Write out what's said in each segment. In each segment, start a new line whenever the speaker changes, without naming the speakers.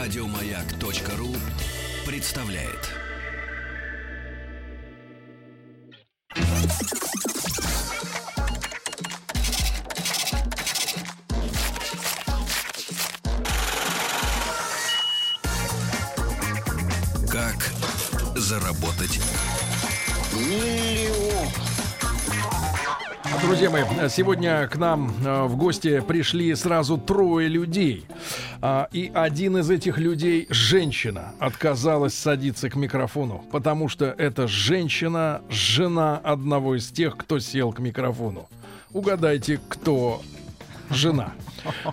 Радиомаяк.ру представляет. Как заработать
А, Друзья мои, сегодня к нам э, в гости пришли сразу трое людей. А, И один из этих людей, женщина, отказалась садиться к микрофону, потому что эта женщина, жена одного из тех, кто сел к микрофону. Угадайте, кто жена.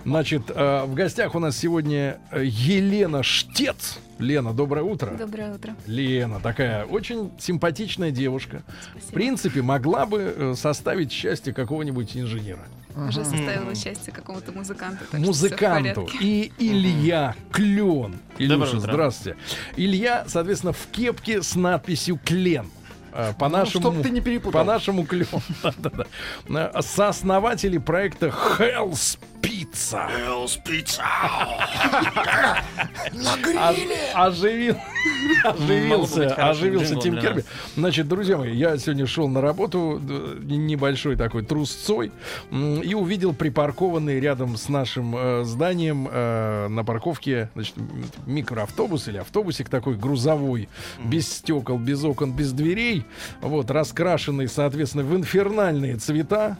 Значит, э, в гостях у нас сегодня э, Елена Штец. Лена, доброе утро.
Доброе утро.
Лена, такая очень симпатичная девушка. В
Спасибо.
принципе, могла бы э, составить счастье какого-нибудь инженера.
Уже составила счастье какому-то музыканту. так что всё в
Музыканту.
порядке.
И Илья Клен.
Доброе
Илюша,
утро.
здравствуйте. Илья, соответственно, в кепке с надписью Клен. Э,
Ну,
По нашему,
чтоб ты не перепутал.
по нашему клену. Да-да-да. Э, Сооснователи проекта Hell's Pizza. О- оживил-
Могло бы
оживился,
быть хорошим
оживился
джинглом
Тим
для
Керби.
нас.
Значит, друзья мои, я сегодня шел на работу д- небольшой такой трусцой м, и увидел припаркованный рядом с нашим э, зданием э, на парковке значит, м, микроавтобус или автобусик такой грузовой, без стекол, без окон, без дверей, вот, раскрашенный, соответственно, в инфернальные цвета,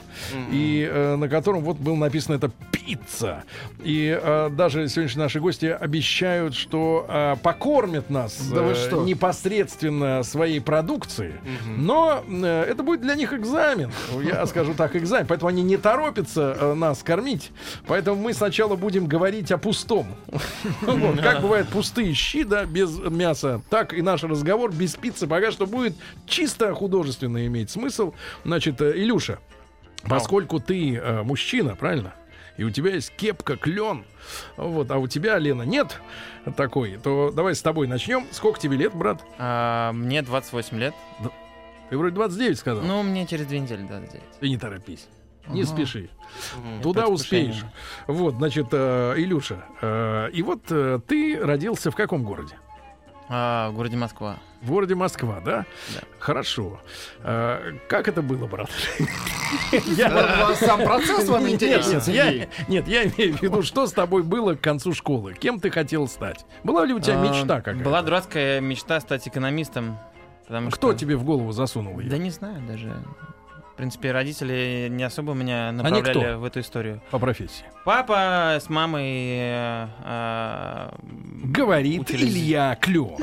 и э, на котором вот было написано это «пицца». И э, даже сегодняшние наши гости обещают, что э, покормят нас
Да вы
э,
что?
непосредственно своей продукции, но э, это будет для них экзамен, Ну, я скажу так, экзамен, поэтому они не торопятся э, нас кормить, поэтому мы сначала будем говорить о пустом. Ну, Вот, Как бывают пустые щи, да, без мяса, так и наш разговор без пиццы пока что будет чисто художественно иметь смысл. Значит, э, Илюша, поскольку ты э, мужчина, правильно? И у тебя есть кепка, клен, вот, а у тебя, Лена, нет такой, то давай с тобой начнем. Сколько тебе лет, брат?
А, Мне 28 лет.
Ты вроде 29 сказал.
Ну, мне через две недели 29.
Ты не торопись. Не спеши.
Мгм.
Туда
Предвкушение.
успеешь. Вот, значит, э, Илюша, э, и вот э, ты родился в каком городе?
А, В городе Москва.
В городе Москва, да?
Да.
Хорошо. Э, Как это было, брат?
Сам процесс вам
Нет,
интересен?
я, нет, я имею в виду, что с тобой было к концу школы? Кем ты хотел стать? Была ли у тебя
А,
мечта какая-то?
Была дурацкая мечта стать экономистом. Потому
Кто
что...
тебе в голову засунул ее?
Да не знаю даже. В принципе, родители не особо меня
кто?
направляли в эту историю.
По профессии.
Папа с мамой... э, а, м,
Говорит
Учились.
Илья Клен.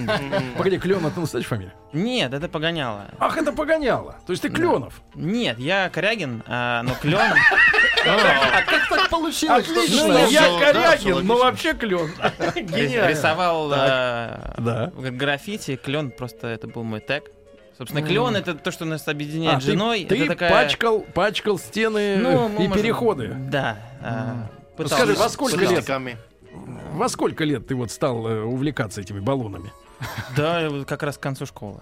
Погоди, Клен это настоящая фамилия?
Нет, это погоняло.
Ах, это погоняло. То есть ты Кленов.
Нет, я Корягин, а, но Клен...
Как так получилось? что
Ну,
ты
я
сразу-
Корягин, но вообще Клен.
рисовал э,
Да.
г- граффити. Клен просто это был мой тег. Собственно, клен это то, что нас объединяет
А,
с
ты-
женой.
ты,
это такая...
пачкал, пачкал стены
Ну, мы
и
можем-
переходы. Ну,
Да. а, пытался.
Скажи, во сколько лет?
Пластиками.
Во сколько лет ты вот стал э, увлекаться этими баллонами?
Да, вот как раз к концу школы.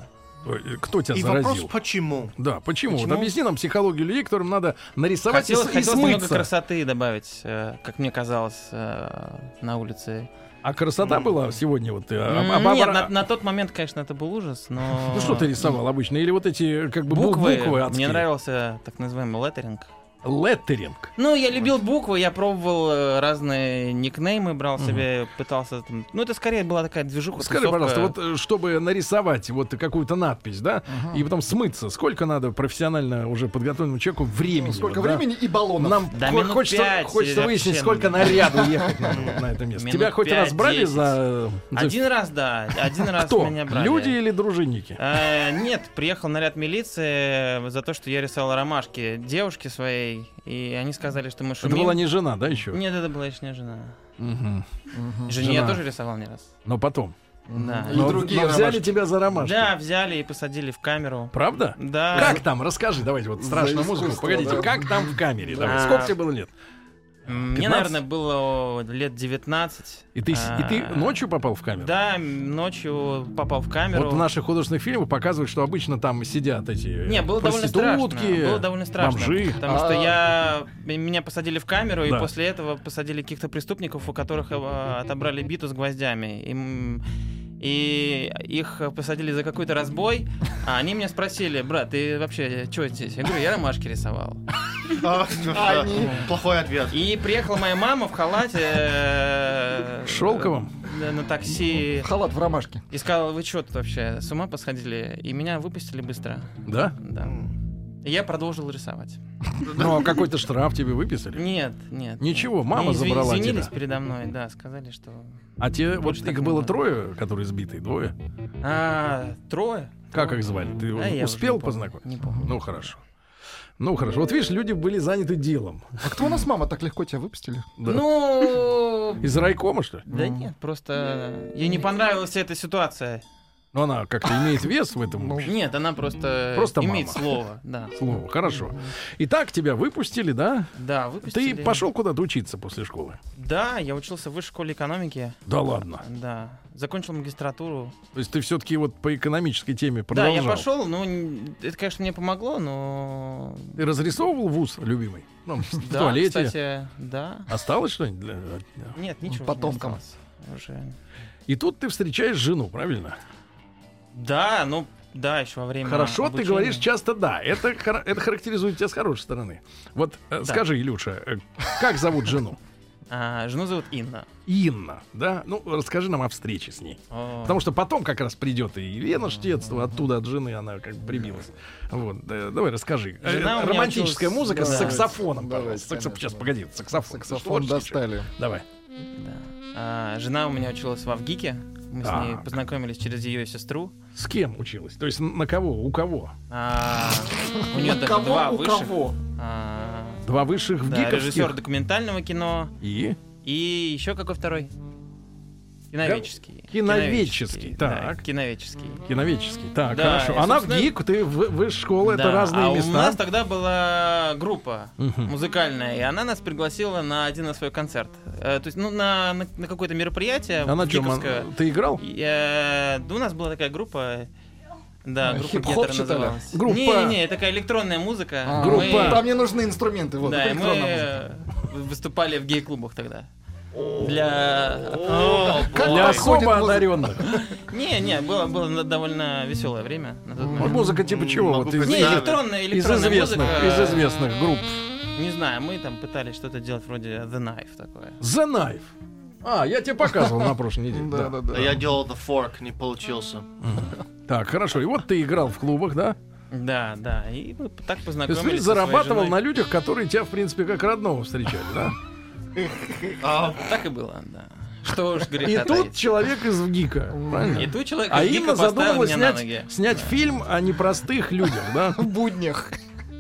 Э, Кто тебя
И вопрос,
заразил?
почему?
Да, почему? Вот
Почему?
объясни нам психологию людей, которым надо нарисовать и
Хотелось,
с- и,
хотелось немного
смыться.
красоты добавить, э, как мне казалось, э, на улице.
А красота была сегодня вот... э, об-
М,
об-
Нет,
обра-
на, на тот момент, конечно, это был ужас, но...
Ну что ты рисовал обычно? Или вот эти как бы бу-
Буквы.
буквы адские?
Мне нравился так называемый леттеринг.
Леттеринг.
Ну, я любил буквы, я пробовал э, разные никнеймы, брал себе, пытался... там- Ну, это скорее была такая движуха.
Скажи,
тусовка.
пожалуйста, вот э, чтобы нарисовать вот какую-то надпись, да, и потом смыться, сколько надо профессионально уже подготовленному человеку времени?
Ну, Сколько
вот, да?
времени и баллонов?
Нам
Да,
хо-
минут
хочется,
пять
хочется
или
выяснить,
вообще,
сколько
ну,
наряду ехать надо вот на это место.
Минут
Тебя хоть раз
пять,
брали
десять.
за... за
Один раз, да, один раз
Кто?
меня брали.
Люди или дружинники?
Э, Нет, приехал наряд милиции э, за то, что я рисовал ромашки девушке своей, и они сказали, что мы
Это
шумим.
была не жена, да, еще?
Нет, это была еще не жена.
Мгм.
Жене я
Жена.
тоже рисовал не раз.
Но потом.
Да.
И
но
другие
но взяли
ромашки.
тебя за ромашки.
Да, взяли и посадили в камеру.
Правда?
Да.
Как там? Расскажи, давайте вот страшную
За
музыку.
искусство,
Погодите,
да.
как там в камере? Давай.
Да.
Сколько тебе было лет?
Мне,
15?
наверное, было лет 19.
И ты, с- и ты
А,
ночью попал в камеру?
Да, ночью попал в камеру.
Вот в наших художественных фильмах показывают, что обычно там сидят эти
Не, было довольно страшно.
проститутки,
Было довольно страшно.
бомжи.
Потому что я меня посадили в камеру,
Да.
и после этого посадили каких-то преступников, у которых э, отобрали биту с гвоздями. Им- И их посадили за какой-то разбой, а они меня спросили, брат, ты вообще что здесь? Я говорю, я ромашки рисовал.
А,
Они- Плохой ответ.
И приехала моя мама в халате. э,
Шелковом?
э, На такси.
Халат в ромашке.
И сказала, вы что тут вообще, с ума посходили? И меня выпустили быстро.
Да?
Да. И я продолжил рисовать.
Ну, а какой-то штраф тебе выписали?
Нет, нет.
Ничего, мама
Они изви-
забрала тебя.
извинились передо мной, да, сказали, что...
А те, вот
Больше так
их
не
было
надо.
трое, которые сбитые, двое.
А, трое?
Как
Трое.
их звали? Ты
Да,
уже
А, я уже
успел
не помню,
познакомиться?
Не помню.
Ну, хорошо. Ну, хорошо. Вот видишь, люди были заняты делом.
А кто у нас мама так легко тебя выпустили?
Да. Ну.
Ну...
Из райкома, что ли?
Да нет, просто ей не понравилась вся эта ситуация.
Ну, она как-то имеет вес в этом обществе.
Нет, она просто,
Просто
имеет
мама.
слово. Да,
слово. Хорошо. Итак, тебя выпустили, да?
да, выпустили.
Ты пошел куда-то учиться после школы.
Да, я учился в высшей школе экономики.
Да ладно.
Да, закончил магистратуру.
То есть ты все-таки вот по экономической теме продолжал.
Да, я пошел, ну, н- это, конечно, мне помогло, но...
Ты разрисовывал вуз, любимый? Ну, в
Да,
туалете.
кстати, да.
Осталось что-нибудь? для-
Нет, ничего. уже не
Потомкам.
осталось. Уже...
И тут ты встречаешь жену, правильно?
Да, ну, да, еще во время
Хорошо,
обучения.
ты говоришь часто «да». Это, хара- это характеризует тебя с хорошей стороны. Вот э, скажи, Илюша, э, как зовут жену?
А, жену зовут Инна.
Инна, да? Ну, расскажи нам о встрече с ней.
О,
Потому что потом как раз придет и Елена Штецова, оттуда от жены она как бы прибилась. Вот, э, давай расскажи. Э,
Жена у меня
Романтическая
училась-
музыка с
да.
саксофоном,
Давайте,
пожалуйста. Саксо-
конечно.
Сейчас, погоди, саксофон.
Саксофон
Ты что, хочешь
достали.
еще? Давай.
да. А, жена у меня училась в Авгике. Мы с ней
Так.
познакомились через ее сестру.
С кем училась? То есть на кого? У кого?
А, у нее даже два высших. А,
Два высших в
да, режиссер
гиковских.
документального кино.
И?
И еще какой второй? Киновеческий.
Киноведческий,
да,
так.
киновеческий.
Киноведческий. Так,
Да,
хорошо.
и,
Она в
собственно,
ГИК, ты в, в школу, это
Да,
разные
а
места.
у нас тогда была группа
Мгм.
музыкальная, и она нас пригласила на один из свой концерт. Э, то есть, ну, на, на, на какое-то мероприятие.
А на чем?
гиковское.
она- Ты играл?
И, э, да у нас была такая группа. Да,
А,
группа
хип-хоп,
Гетера
что ли?
называлась.
Э, Группа-
Не-не-не, такая электронная музыка.
А,
Группа-
Мы-
Там мне нужны инструменты. Вот,
да,
это
и мы
электронная музыка.
э, выступали в гей-клубах тогда. Для... О,
Как
бой.
Для
проходит
особо
музыка?
одаренных.
Не, не, было, было на- довольно веселое время. на тот
Вот
момент.
музыка типа чего?
Могу
Вот из,
Не,
представить.
электронная,
из
электронная
известных,
музыка.
из известных групп.
Не знаю, мы там пытались что-то делать вроде The Knife такое.
The Knife. А, я тебе показывал на прошлой неделе.
Да, да,
Да А Я
да.
делал The Fork, не получился. Ну,
Так, хорошо. И вот ты играл в клубах, да?
Да, да, и мы так
То есть
познакомились.
ты
со своей
зарабатывал на
женой.
людях, которые тебя, в принципе, как родного встречали, да?
А,
Так и было, да. Что уж
И
греха
тут
таить.
человек из ВГИКа,
И
правильно?
тут человек
А
из Гика
Инна
поставил
задумала
меня на
снять,
ноги.
снять фильм о непростых людях, да?
В буднях.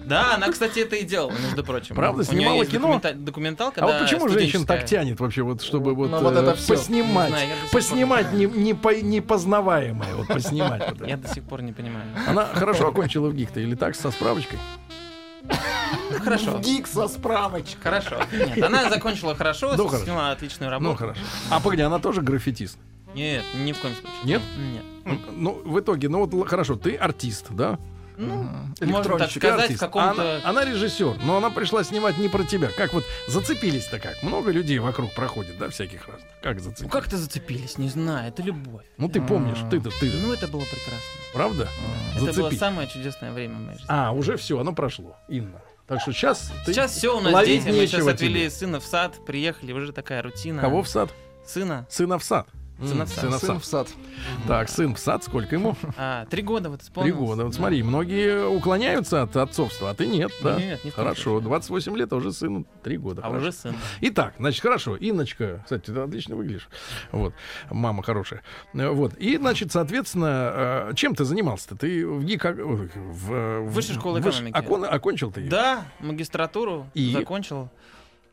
Да, она, кстати, это и делала, между прочим.
Правда,
У
снимала
неё есть
кино?
документа- Документалка,
А
да,
вот почему женщин так
студенческая.
тянет вообще, вот чтобы вот,
Ну, вот это
э,
всё.
поснимать,
Не знаю, я до сих пор
поснимать не, не по- непознаваемое, вот поснимать. вот это.
Я до сих пор не понимаю.
Она хорошо окончила в ГИК-то или так, со справочкой?
Ну, Хорошо.
Гик со справочкой.
Хорошо. Нет, она закончила хорошо,
Ну,
сняла
хорошо.
отличную
Ну,
работу.
хорошо. А погоди, она тоже граффитист?
Нет, ни в коем случае.
Нет?
Нет.
Ну, в итоге, ну вот л- хорошо, ты артист, да?
Ну, Можно так
Электронщик.
Ты
сказать, в
артист. Она,
каком-то...
она режиссер, но она пришла снимать не про тебя. Как вот зацепились-то как? Много людей вокруг проходит, да, всяких разных. Как
Ну
зацепились?
как-то зацепились, не знаю, это любовь.
Ну ты помнишь, ты-то, ты
Ну это было прекрасно.
правда?
Это было
Зацепи.
самое чудесное время в моей жизни.
А, уже все, оно прошло, Инна. Так что сейчас ты...
Сейчас все, у нас
ловить
дети, мы сейчас
нечего
отвели
тебе.
сына в сад, приехали, уже такая рутина.
Кого в сад?
Сына.
Сына в сад.
Сына
М,
в сад.
Сына в
Сын в
сад.
сад.
Так, сын в сад, сколько ему?
А, три года вот
Три
исполнилось.
года. Вот
Да.
смотри, многие уклоняются от отцовства, а ты нет, да?
Нет, ни в коем
Хорошо, 28 лет, а уже сыну три года.
А
Хорошо.
уже сын.
Итак, значит, хорошо, Инночка, кстати, ты отлично выглядишь, вот, мама хорошая, Э, вот, и, значит, соответственно, э, чем ты занимался-то? Ты в ГИК, ок- ой, в... э, в-
Высшей школы
выш-
экономики.
окон- окончил ты ее?
Да, магистратуру
И?
закончил.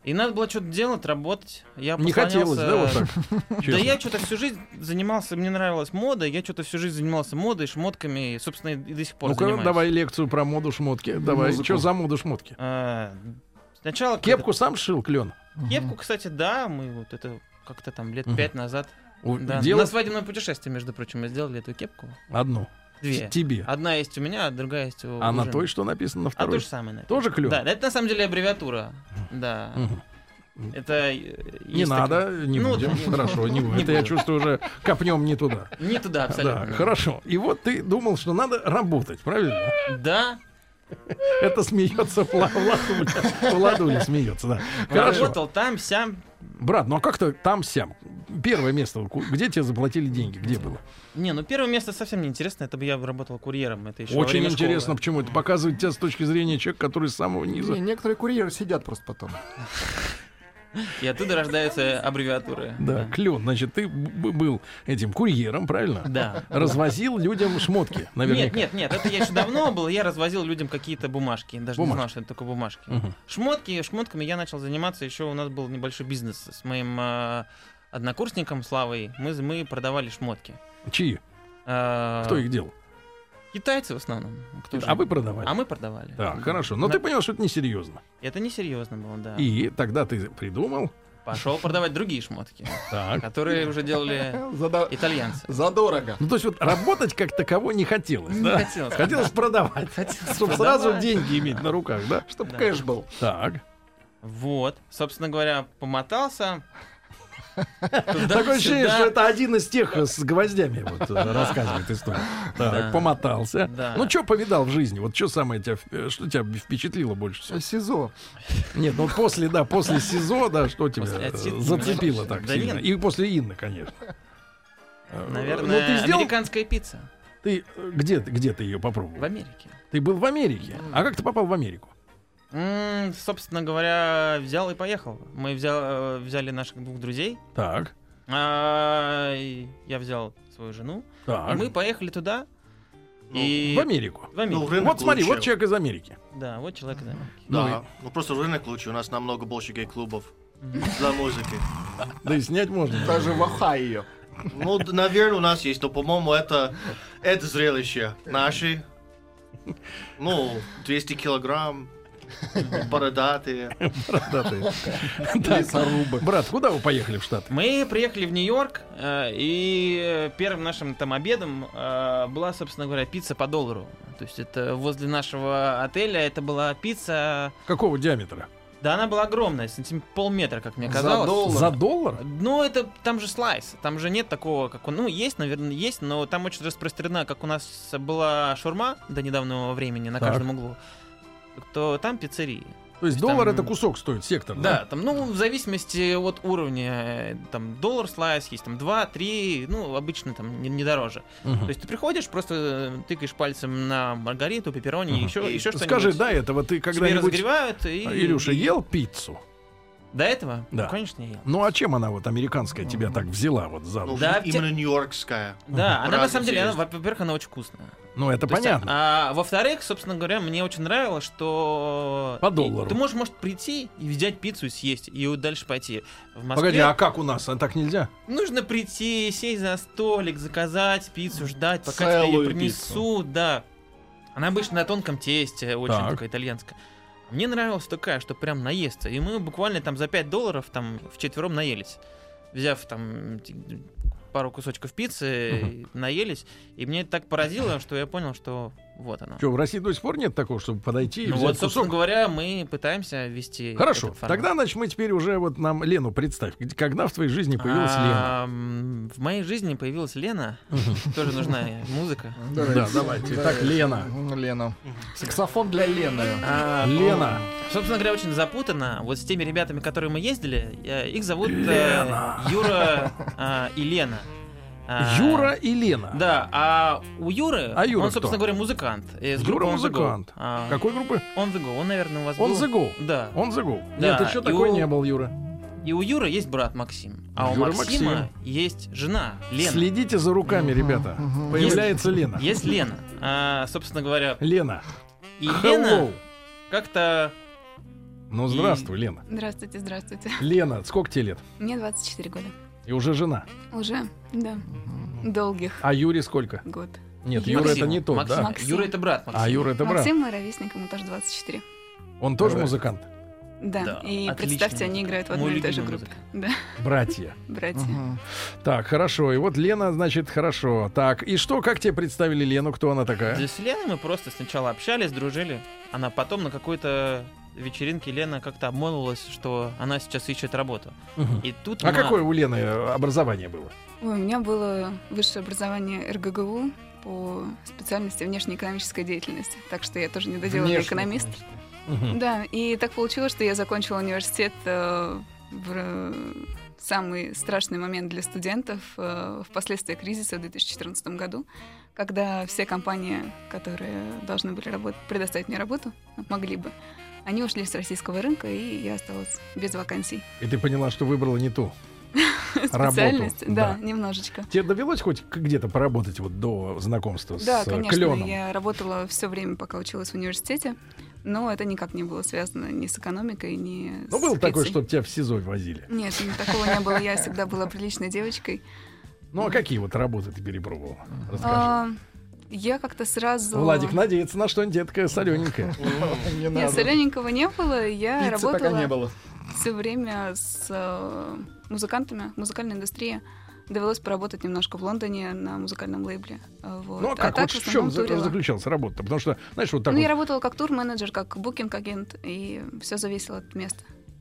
И надо было что-то делать, работать. Я
Не
послонялся-
хотелось, да, вот так?
Да
Честно.
я что-то всю жизнь занимался, мне нравилась мода, я что-то всю жизнь занимался модой, шмотками, и, собственно, и и до сих пор
Ну-ка,
занимаюсь.
давай лекцию про моду шмотки, давай,
Музыку.
что за моду шмотки?
А, Сначала
Кепку сам шил, клен?
какая-то- Кепку, кстати, да, мы вот это как-то там лет пять назад.
У-
да.
дело-
На свадебном путешествии, между прочим, мы сделали эту кепку.
Одну.
Две.
Тебе.
Одна есть у меня, а другая есть у
А на
мужа.
той, что написано на
А то
второй.
же самое на этой.
Тоже клево.
Да, это на самом деле аббревиатура. Да.
Мгм.
Это э,
Не
есть
надо, не
Ну,
будем.
вот-
Хорошо, не будем. Это я чувствую уже копнем не туда.
такие- Не туда
Да,
абсолютно.
хорошо. И вот ты думал, что надо работать, правильно?
Да.
Это смеется Вла- Владуля. Владуля смеется, да. Хорошо.
Работал там, сям.
Брат, ну а как то там сям? Первое место, ку- где тебе заплатили деньги? Где было?
Не, ну первое место совсем не интересно, это бы я работал курьером. Это еще во
Очень
время
интересно,
школы.
почему это показывает тебя с точки зрения человека, который с самого
Не,
низа.
некоторые курьеры сидят просто потом.
И оттуда рождаются аббревиатуры.
Да, клен. Значит, ты б- был этим курьером, правильно?
Да.
Развозил людям шмотки,
Нет,
наверняка.
нет, нет, это я еще давно был, я развозил людям какие-то бумажки, даже не знал,
Бумажки.
что это такое бумажки.
Мгм.
Шмотки, шмотками я начал заниматься, еще у нас был небольшой бизнес с моим э, однокурсником Славой, мы, мы продавали шмотки.
Чьи?
Э,
Кто их делал?
Китайцы в основном. Кто же?
А вы продавали?
А мы продавали.
Да, хорошо. Но
Да.
ты понял, что это несерьезно.
Это несерьезно было, да.
И тогда ты придумал.
Пошел продавать другие шмотки,
Так.
которые уже делали
Задо-
итальянцы.
Задорого.
Ну, то есть вот работать как таково не хотелось,
Не
да?
хотелось.
Хотелось продавать,
Хотелось
чтобы
продавать.
сразу деньги иметь на руках, да?
Чтоб
Да.
кэш был.
Так.
Вот, собственно говоря, помотался. Туда,
Такое ощущение,
сюда.
что это один из тех э, с гвоздями вот э, рассказывает историю. Так,
Да.
помотался.
Да.
Ну, что повидал в жизни? Вот что самое тебя, э, что тебя впечатлило больше всего?
СИЗО.
Нет, ну вот после, да, после СИЗО, да, что тебя
После
э,
отсидки,
зацепило так
Да
сильно?
нет.
И после Инны, конечно. Э,
Наверное,
ну, ты сделал,
американская пицца
ты э, где, ты- где ты ее
в Ну.
попробовал?
Америке.
Ты был в Америке. А как ты попал в Америку?
М, собственно говоря, взял и поехал. Мы взял, э, взяли наших двух друзей.
Так,
А, и я взял свою жену.
так.
И мы поехали туда.
Ну,
и
В Америку.
в Америку.
Ну, рынок
Вот смотри,
лучше.
вот человек из Америки.
Да, вот человек из Америки.
Да, ну, просто рынок лучше, у нас намного больше гей-клубов. За музыкой.
Да и снять можно.
Даже в Охайо.
Ну, д- наверное, у нас есть, но, по-моему, это, это зрелище. Наши, ну, 200 килограмм, бородатые.
Бородатые. Так, Брат, куда вы поехали в Штаты?
Мы приехали в Нью-Йорк, э, и первым нашим там обедом э, была, собственно говоря, пицца по доллару. То есть это возле нашего отеля это была пицца.
Какого диаметра?
Да, она была огромная, сантим полметра, как мне
За
казалось.
доллар?
За доллар?
Ну, это там же слайс, там же нет такого, как он. Ну, есть, наверное, есть, но там очень распространена, как у нас была шурма до недавнего времени на
Так.
каждом углу, то там пиццерии.
То есть
Там-
доллар это кусок стоит, сектор.
Да, там, ну, в зависимости от уровня, э, там, доллар слайс есть, там, 2, 3, ну, обычно там не, не дороже.
Мгм.
То есть ты приходишь, просто э, тыкаешь пальцем на маргариту, пепперони,
Мгм.
еще, еще что-нибудь.
Скажи, до этого ты
Тебе
когда-нибудь...
разогревают и...
Илюша, ел пиццу?
До этого?
Да.
Ну, конечно, я ел.
Ну а чем она вот американская тебя так взяла вот за
Ну,
уши?
Да, в те-
именно нью-йоркская.
Да, она на
Разница
самом деле, она,
есть.
во-первых, она очень вкусная.
Ну это
То есть,
понятно.
а, во-вторых, собственно говоря, мне очень нравилось, что... э,
По доллару.
Ты можешь, может, прийти и взять пиццу и съесть, и вот дальше пойти. В Москве
Погоди, а как у нас? А так нельзя?
нужно прийти, сесть за столик, заказать пиццу, ждать, пока тебе ее
Целую
принесут, да. Она обычно на тонком тесте, очень
Так.
такая итальянская. А Мне нравилась такая, что прям наесться. И мы буквально там за 5 долларов там вчетвером наелись. Взяв там т- пару кусочков пиццы, наелись. И мне это так поразило, что я понял, что вот оно.
Что, в России до сих пор нет такого, чтобы подойти и
Ну
взять
вот, собственно
кусок?
говоря, мы пытаемся вести.
Хорошо,
этот формат.
тогда, значит, мы теперь уже вот нам Лену представь. Где- Когда в твоей жизни появилась Лена?
А, м, В моей жизни появилась Лена. Тоже нужна музыка.
Да, давайте. Итак, Лена.
Ну, Лена. Саксофон для Лены.
А,
Лена.
Собственно говоря, очень запутано. Вот с теми ребятами, которые мы ездили, э, их зовут э,
Лена.
Юра а, и Лена. А,
Юра и Лена.
Да, а у Юры,
А Юра
он, собственно
кто?
говоря, музыкант. э, С
Юра
группы On The Go.
музыкант.
А,
Какой группы?
On The Go, он, наверное, у вас
Он
был.
the go.
Да.
Он the go.
Да,
Нет, еще
и
такой
у-
не был, Юра.
И у Юры есть брат Максим. А у
Юра
Максима есть жена, Лена.
Следите за руками, ребята. Появляется Лена.
Есть Лена. А, собственно говоря,
Лена.
и Лена
Hello.
как-то...
Ну, здравствуй, Лена.
Здравствуйте, здравствуйте.
Лена, сколько тебе лет?
Мне 24 года.
И уже жена.
Уже, да. Долгих
А Юре сколько?
год.
Нет,
Максим.
Юра это не тот,
Максим.
да?
Максим.
Юра это брат Максима.
А Юра это брат.
Максим мой ровесник, ему тоже 24.
Он тоже
Давай.
музыкант.
Да,
Да,
и
отличная
представьте, они играют в одной
Мой
и той же
любимый
группе. Да,
Братья.
братья.
Так, хорошо. И вот Лена, значит, хорошо. Так, и что, как тебе представили Лену? Кто она такая?
Да С Леной мы просто сначала общались, дружили. Она потом на какой-то вечеринке Лена как-то обмолвилась, что она сейчас ищет работу.
Мгм.
И тут
А
мы-
какое у Лены э, образование было?
Ой, у меня было высшее образование РГГУ по специальности внешнеэкономической деятельности, так что я тоже недоделанный
Внешне,
экономист.
конечно.
Мгм.
Да, и так получилось, что я закончила университет э, в э, самый страшный момент для студентов э, в последствии кризиса в 2014 году, когда все компании, которые должны были работ- предоставить мне работу, могли бы, они ушли с российского рынка, и я осталась без вакансий.
И ты поняла, что выбрала не ту. Работу.
Специальность, да, немножечко.
Тебе довелось хоть к- где-то поработать вот до знакомства
да,
с э,
конечно,
кленом?
я работала все время, пока училась в университете, но это никак не было связано ни с экономикой, ни
Ну,
с
был такой,
специей.
чтобы тебя в СИЗО возили.
Нет, ну, такого не было. Я всегда была приличной девочкой.
Ну, а какие вот работы ты перепробовала? Расскажи.
А, я как-то сразу...
Владик надеется на что-нибудь, детка, солененькое.
Не
Нет,
надо.
солененького не было. Я
Пиццы пока не
работала
было.
все время с э, музыкантами, музыкальной индустрии. Довелось поработать немножко в Лондоне на музыкальном лейбле. э, Вот.
Ну, а как? Вот
так в
в чем
основном
за-
турила.
заключалась работа? Потому что, знаешь, вот так
ну, я
вот
работала как тур-менеджер, как букинг-агент, и все зависело от места.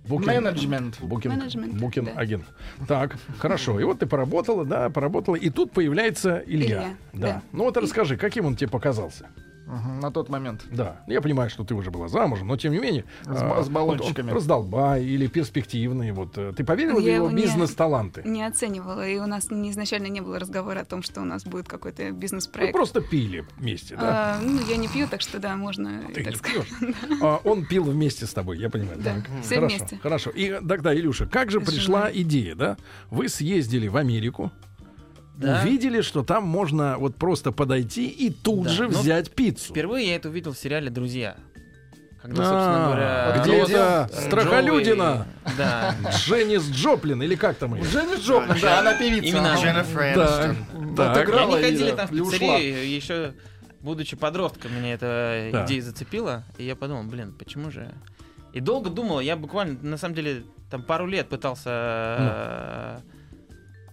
букинг-
Менеджмент.
букинг-
Менеджмент,
букинг
да.
агент. Так, хорошо. И вот ты поработала, да, поработала. И тут появляется Илья.
Илья,
Да.
да.
Ну вот расскажи, каким он тебе показался?
Мгм, На тот момент.
Да, я понимаю, что ты уже была замужем, но тем не менее...
С ба-
а,
с баллончиками.
вот он Раздолбай или перспективный. Вот, э, ты поверила в
Я
его
его не-
бизнес-таланты?
Не оценивала, и у нас не- изначально не было разговора о том, что у нас будет какой-то
Вы
бизнес-проект.
Ну, просто пили вместе, да?
А, ну, я не пью, так что да, можно и
Ты
так
не
сказать.
пьёшь. А, Он пил вместе с тобой, я понимаю.
Да,
Так.
все
хорошо,
вместе.
хорошо. И тогда, Илюша, как же
С
пришла
женой.
идея, да? Вы съездили в Америку,
Да.
увидели, что там можно вот просто подойти и тут
Да,
же
ну,
взять пиццу.
Впервые я это увидел в сериале «Друзья». Когда,
А,
собственно говоря...
где
Роуз,
это
Джоуи-
Страхолюдина?
Да.
Дженнис Джоплин или как там? её?
Женя Джоплин,
Да,
да, она певица.
именно
Она-
Дженнифер
Да.
Энистон.
Так.
И
Отыграла
Они ходили
её
там в
и ушла.
пиццерию, еще будучи подростком, меня эта
Да.
идея зацепила, и я подумал, блин, почему же... И долго думал, я буквально, на самом деле, там пару лет пытался
Ну.
э,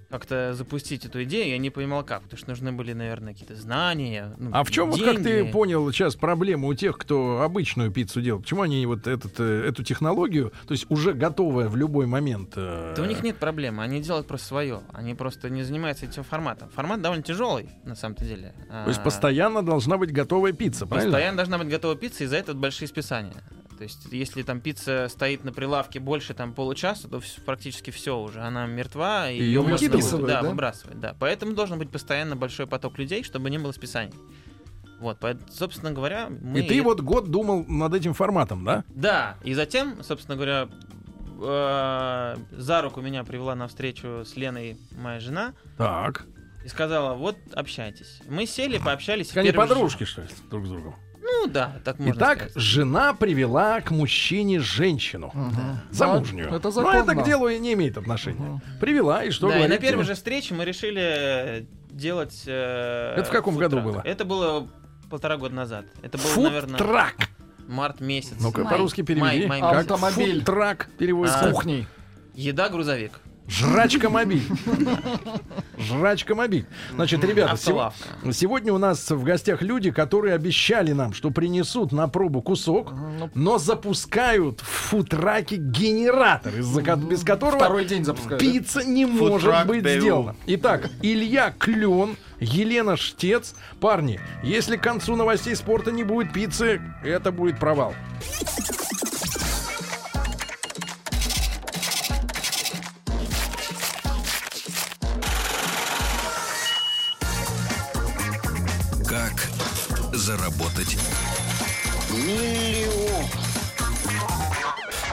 как-то запустить эту идею, я не понимал как, потому что нужны были, наверное, какие-то знания. ну,
А в чем, вот, как ты
деньги.
понял, сейчас проблема у тех, кто обычную пиццу делает? Почему они вот этот, э, эту технологию, то есть уже готовая в любой момент... э,
Да у них нет проблемы, они делают просто свое, они просто не занимаются этим форматом. Формат довольно тяжелый, на самом-то деле.
То есть
А,
постоянно должна быть готовая пицца, правильно?
Постоянно должна быть готова пицца, и за это большие списания. То есть, если там пицца стоит на прилавке больше там получаса, то вс- практически все уже. Она мертва, и
Её
её можно
выкидывают,
вы- да,
да?
выбрасывать. Да. Поэтому должен быть постоянно большой поток людей, чтобы не было списаний. Вот, поэт- собственно говоря, мы...
И ты вот год думал над этим форматом, да?
Да, и затем, собственно говоря, э, за руку меня привела на встречу с Леной моя жена
Так.
и сказала, вот, общайтесь. Мы сели, пообщались. в
Они
первый же-
подружки, что ли, друг с другом.
Ну да, так можно
Итак,
сказать.
жена привела к мужчине женщину.
Мгм.
Замужнюю.
Да, Это
Но
законно.
это к делу и не имеет отношения. Привела, и что
да, и
говорит?
на первой же встрече мы решили делать... э,
Это в каком
фудтрак.
году было?
Это было полтора года назад. Это был, наверное,
Фудтрак.
март месяц.
Ну-ка,
Май.
по-русски переведи.
Май, май,
Как?
месяц.
Автомобиль.
Фудтрак переводится.
А.
С кухней.
Еда-грузовик.
Жрачка мобиль. Жрачка мобиль. Значит, ребята, сего-
Автолавка.
сегодня у нас в гостях люди, которые обещали нам, что принесут на пробу кусок, но запускают в футраке генератор, из-за ко- без которого
Второй день запускают. да?
пицца не может
Фудтрак
быть
БУ.
сделана. Итак, Илья Клен, Елена Штец. Парни, если к концу новостей спорта не будет пиццы, это будет провал.
Как заработать?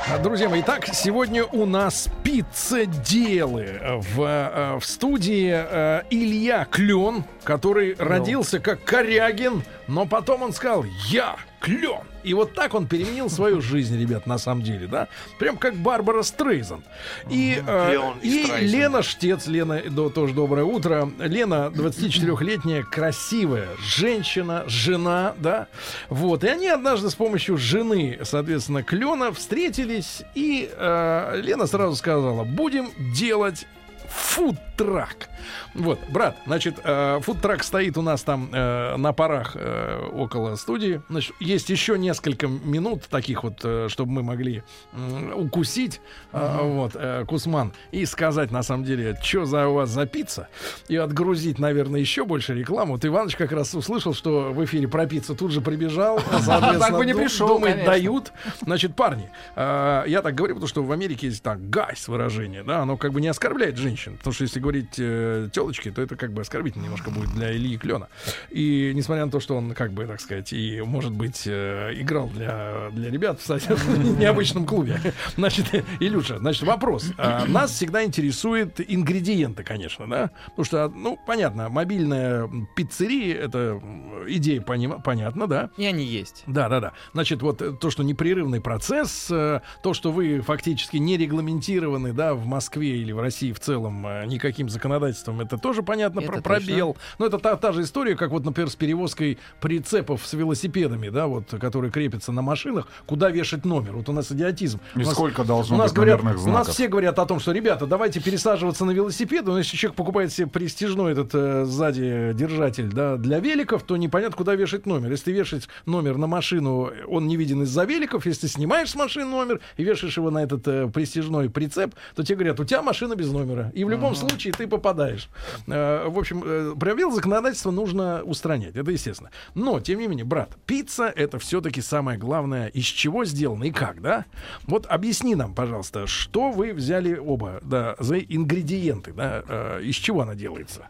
А, Друзья мои, итак, сегодня у нас пиццеделы э, в, э, в студии э, Илья Клен, который родился как Корягин, но потом он сказал, я клен. И вот так он переменил свою жизнь, ребят, на самом деле, да? Прям как Барбара Стрейзен. И, э,
Клен и
и
Стрейзанд.
Лена Штец, Лена, до, тоже доброе утро. Лена, 24-летняя, красивая женщина, жена, да? Вот. И они однажды с помощью жены, соответственно, Клена встретились, и э, Лена сразу сказала, будем делать фудтрак. Вот, брат, значит, э, фудтрак стоит у нас там э, на парах э, около студии. Значит, есть еще несколько минут таких вот, э, чтобы мы могли м, укусить, э, вот, э, Кусман, и сказать, на самом деле, что за у вас за пицца, и отгрузить, наверное, еще больше рекламу. Вот Иваныч как раз услышал, что в эфире про пиццу тут же прибежал, соответственно,
А Так бы не
ду-
пришел,
думает,
конечно.
даю дают. Значит, парни, э, я так говорю, потому что в Америке есть так гайс выражение, да, оно как бы не оскорбляет женщин, потому что если говорить э, телочки, то это как бы оскорбительно немножко будет для Ильи Клена. И несмотря на то, что он как бы, так сказать, и может быть э, играл для, для ребят, кстати, в необычном клубе. Значит, Илюша, значит, вопрос. А, Нас всегда интересуют ингредиенты, конечно, да, потому что, ну, понятно, мобильная пиццерия, это м, идея понима- понятна, да,
И они есть.
да, да, да. Значит, вот э, то, что непрерывный процесс, э, то, что вы фактически не регламентированы, да, в Москве или в России в целом э, никаким законодательством, это тоже понятно,
Это
про
точно.
пробел. Но это та, та же история, как вот, например, с перевозкой прицепов с велосипедами, да, вот, которые крепятся на машинах, куда вешать номер. Вот у нас идиотизм.
И
у нас,
сколько должно
у нас
быть
говорят,
номерных
У нас
знаков?
все говорят о том, что, ребята, давайте пересаживаться на велосипеды, но если человек покупает себе престижной этот э, сзади держатель да, для великов, то непонятно, куда вешать номер. Если ты вешаешь номер на машину, он не виден из-за великов. Если ты снимаешь с машины номер и вешаешь его на этот э, престижной прицеп, то тебе говорят, у тебя машина без номера. И в любом случае ты попадаешь. Э, в общем, э, пробел законодательства нужно устранять. Это естественно. Но, тем не менее, брат, пицца — это все-таки самое главное, из чего сделано и как, да? Вот объясни нам, пожалуйста, что вы взяли оба да, за ингредиенты, да, э, из чего она делается?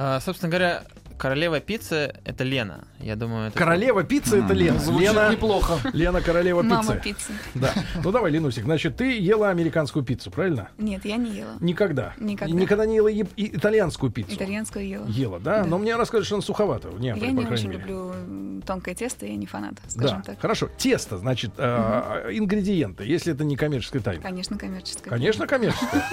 А, собственно говоря, королева пиццы это Лена. Я думаю, это
Королева пиццы — это
М,
Лена.
Звучит
Лена,
неплохо.
Лена королева
Мама
пиццы.
пиццы.
Да. Ну давай, Ленусик, значит, ты ела американскую пиццу, правильно?
Нет, я не ела.
Никогда.
Никогда.
Никогда не ела и- и итальянскую пиццу.
Итальянскую ела.
Ела, да?
типа. Да.
Но мне рассказывают, что она суховата в Неаполе,
я
по
не
крайней
очень
мере.
люблю м, тонкое тесто, я не фанат, скажем
да,
так.
хорошо. Тесто, значит, э, ингредиенты, если это не коммерческая тайна.
Конечно, коммерческое.
Конечно, коммерческая.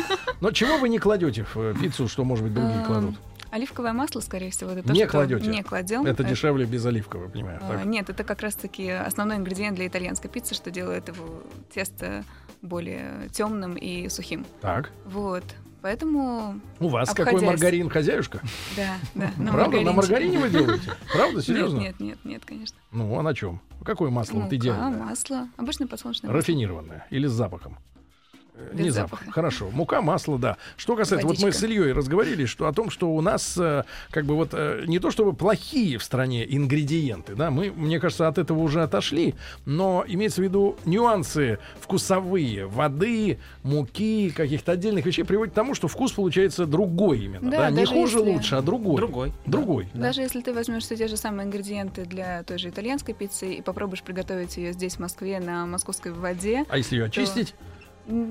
Но чего вы не кладете в э, пиццу, что, может быть, другие
Эм,
кладут?
Оливковое масло, скорее всего, это то,
Не
что
кладете?
не кладем.
Это дешевле без оливкового, понимаю.
А,
так?
Нет, это как раз-таки основной ингредиент для итальянской пиццы, что делает его тесто более темным и сухим.
Так.
Вот. Поэтому,
У вас какой
Обходясь.
маргарин, хозяюшка?
да, да.
Правда? На маргарине вы делаете? Правда? Серьезно?
Нет, Ну, нет, нет, нет, конечно.
Ну, а на чем? Какое масло вот
Мука,
идеальное?
масло. Обычно подсолнечное масло.
Рафинированное или с запахом? Э,
Без
Не запах.
запаха.
Хорошо. Мука, масло, да. Что касается, вот мы
Водичка.
с Ильей разговорились, что о том, что у нас э, как бы вот э, не то чтобы плохие в стране ингредиенты, да, мы, мне кажется, от этого уже отошли, но имеется в виду нюансы вкусовые, воды, муки, каких-то отдельных вещей приводит к тому, что вкус получается другой именно, да,
Да,
не
даже
хуже,
если-
лучше, а другой.
Другой.
Другой.
Даже если ты возьмешь все те же самые ингредиенты для той же итальянской пиццы и попробуешь приготовить ее здесь, в Москве, на московской воде,
А если ее очистить?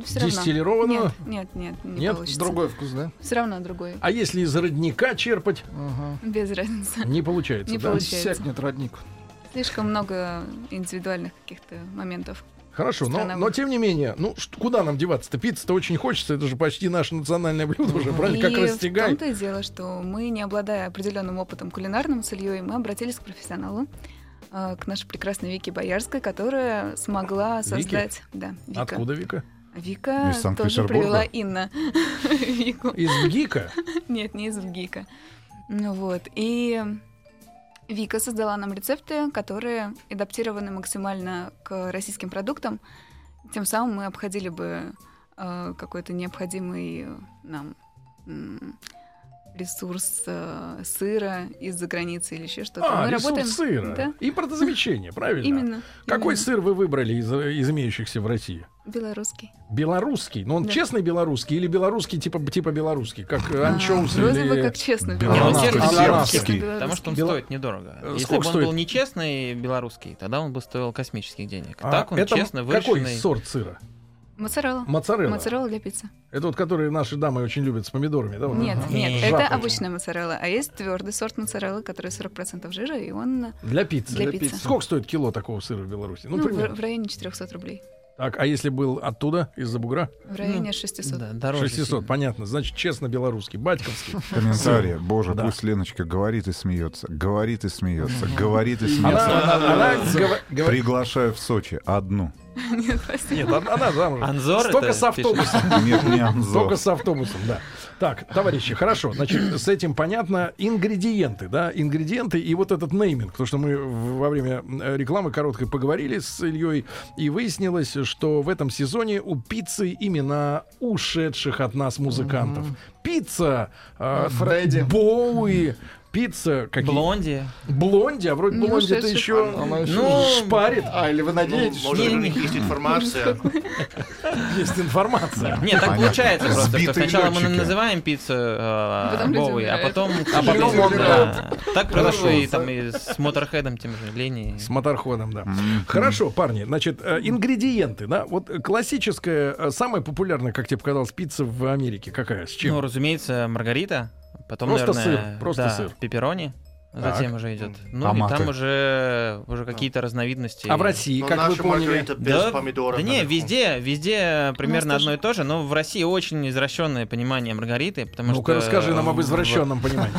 все равно.
Дистиллированную?
Нет, нет, нет, не
Нет,
получится.
Другой вкус, да?
Все равно другой.
А если из родника черпать?
Ага.
Без разницы.
Не получается,
Не
А. да?
получается.
Иссякнет родник.
Слишком много индивидуальных каких-то моментов.
Хорошо, но,
Страна
но
выходит.
тем не менее, ну ш- куда нам деваться-то? Пицца-то очень хочется, это же почти наше национальное блюдо уже, правильно? Как
и в
растягай.
том-то и дело, что мы, не обладая определенным опытом кулинарным с Ильей, мы обратились к профессионалу, э, к нашей прекрасной Вике Боярской, которая смогла создать... Да, Вика.
Откуда, Вика?
Вика
Из
тоже
Санкт-Петербурга?
привела Инна. Вику.
Из ГИКа?
Нет, не из ВГИКа. Ну Вот. И Вика создала нам рецепты, которые адаптированы максимально к российским продуктам. Тем самым мы обходили бы э, какой-то необходимый нам м, ресурс э, сыра из-за границы или еще что-то.
А,
мы
ресурс
работаем...
сыра.
Да,
И продозамещение, правильно?
именно.
Какой
именно.
сыр вы выбрали из, из имеющихся в России?
Белорусский.
Белорусский? Но он
Да.
честный белорусский или белорусский типа, типа белорусский? Как э, анчоус
А, Вроде
или...
бы как честно.
Не, ну,
белорусский.
честно,
Честно,
белорусский.
белорусский.
Потому что он
Бело-
стоит недорого.
Э,
Если бы
сколько
он
стоит?
был нечестный белорусский, тогда он бы стоил космических денег. А
А,
так он
это
честно
Какой
выращенный.
сорт сыра?
Моцарелла.
Моцарелла.
Моцарелла для пиццы.
Это вот, которые наши дамы очень любят с помидорами, да? вот?
Нет,
Мгм.
нет, это
Сжатые.
обычная моцарелла. А есть твердый сорт моцареллы, который 40% жира, и он э,
Для пиццы.
Для Для пиццы. пиццы.
Сколько стоит кило такого сыра в Беларуси? Ну,
ну, в,
примерно.
в районе 400 рублей.
Так, а если был оттуда, из-за бугра?
В районе 600.
Да, дороже
600,
сильно.
понятно. Значит, честно белорусский, батьковский.
Комментарии. Боже,
Да.
пусть Леночка говорит и смеется. Говорит и смеется. Говорит и смеется.
Она, она гова- говорит...
Приглашаю в Сочи одну.
Нет, спасибо.
Нет, она- она замужем.
Анзор
Столько
это
с автобусом.
Нет, не Анзор.
Только с автобусом, да. Так, товарищи, хорошо. Значит, с этим понятно. Ингредиенты, да, ингредиенты и вот этот нейминг. Потому что мы в- во время э, рекламы короткой поговорили с Ильей, и выяснилось, что в этом сезоне у пиццы имена ушедших от нас музыкантов. Пицца, э,
Фредди.
Боуи, пицца, какие?
Блонди.
Блонди, а вроде
Не
Блонди это
ушедших.
еще
Она ещё-
Ну,
шпарит.
А, или вы
Ну,
надеетесь, что...
может, у них есть информация.
Есть информация.
Нет, так
Понятно.
получается просто, что
Сбитые
сначала мы
лётчики.
называем пиццу э,
Потом люди
Боуи, а
умирают.
потом...
А потом
Да.
умирают.
Так произошло и там и с Моторхедом тем же, Лени. Ну,
С моторходом, да. Хорошо, парни, значит, э, ингредиенты, да, вот э, классическая, э, самая популярная, как тебе показалось, пицца в Америке, какая, с
Ну,
чем?
разумеется, Маргарита. Потом,
Просто
наверное,
сыр, просто
да,
сыр.
пепперони.
Так.
Затем уже идет. Ну,
Томаты.
и там уже, уже какие-то разновидности.
а в России,
Но
как вы
Ну, наша
поняли,
маргарита без помидоров.
Да не,
наверху.
везде, везде примерно
тоже.
одно и то же, но в России очень извращенное понимание Маргариты, потому
ну-ка
что...
расскажи нам об
в-
извращенном понимании.